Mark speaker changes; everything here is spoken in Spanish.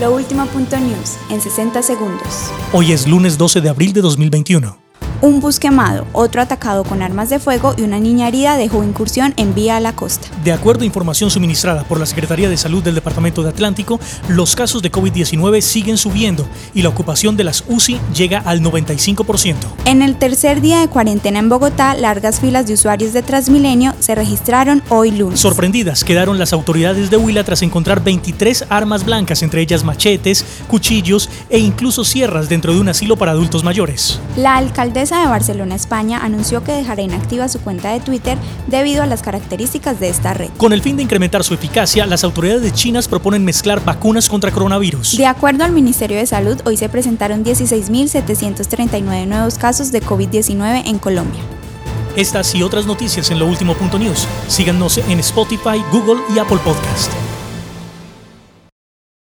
Speaker 1: Lo último punto news en 60 segundos.
Speaker 2: Hoy es lunes 12 de abril de 2021.
Speaker 1: Un bus quemado, otro atacado con armas de fuego y una niña herida dejó incursión en vía a la costa.
Speaker 2: De acuerdo a información suministrada por la Secretaría de Salud del Departamento de Atlántico, los casos de COVID-19 siguen subiendo y la ocupación de las UCI llega al 95%.
Speaker 1: En el tercer día de cuarentena en Bogotá, largas filas de usuarios de Transmilenio se registraron hoy lunes.
Speaker 2: Sorprendidas quedaron las autoridades de Huila tras encontrar 23 armas blancas, entre ellas machetes, cuchillos e incluso sierras dentro de un asilo para adultos mayores.
Speaker 1: La alcaldesa de Barcelona, España, anunció que dejará inactiva su cuenta de Twitter debido a las características de esta red.
Speaker 2: Con el fin de incrementar su eficacia, las autoridades chinas proponen mezclar vacunas contra coronavirus.
Speaker 1: De acuerdo al Ministerio de Salud, hoy se presentaron 16.739 nuevos casos de COVID-19 en Colombia.
Speaker 2: Estas y otras noticias en lo último punto news. Síganos en Spotify, Google y Apple Podcast.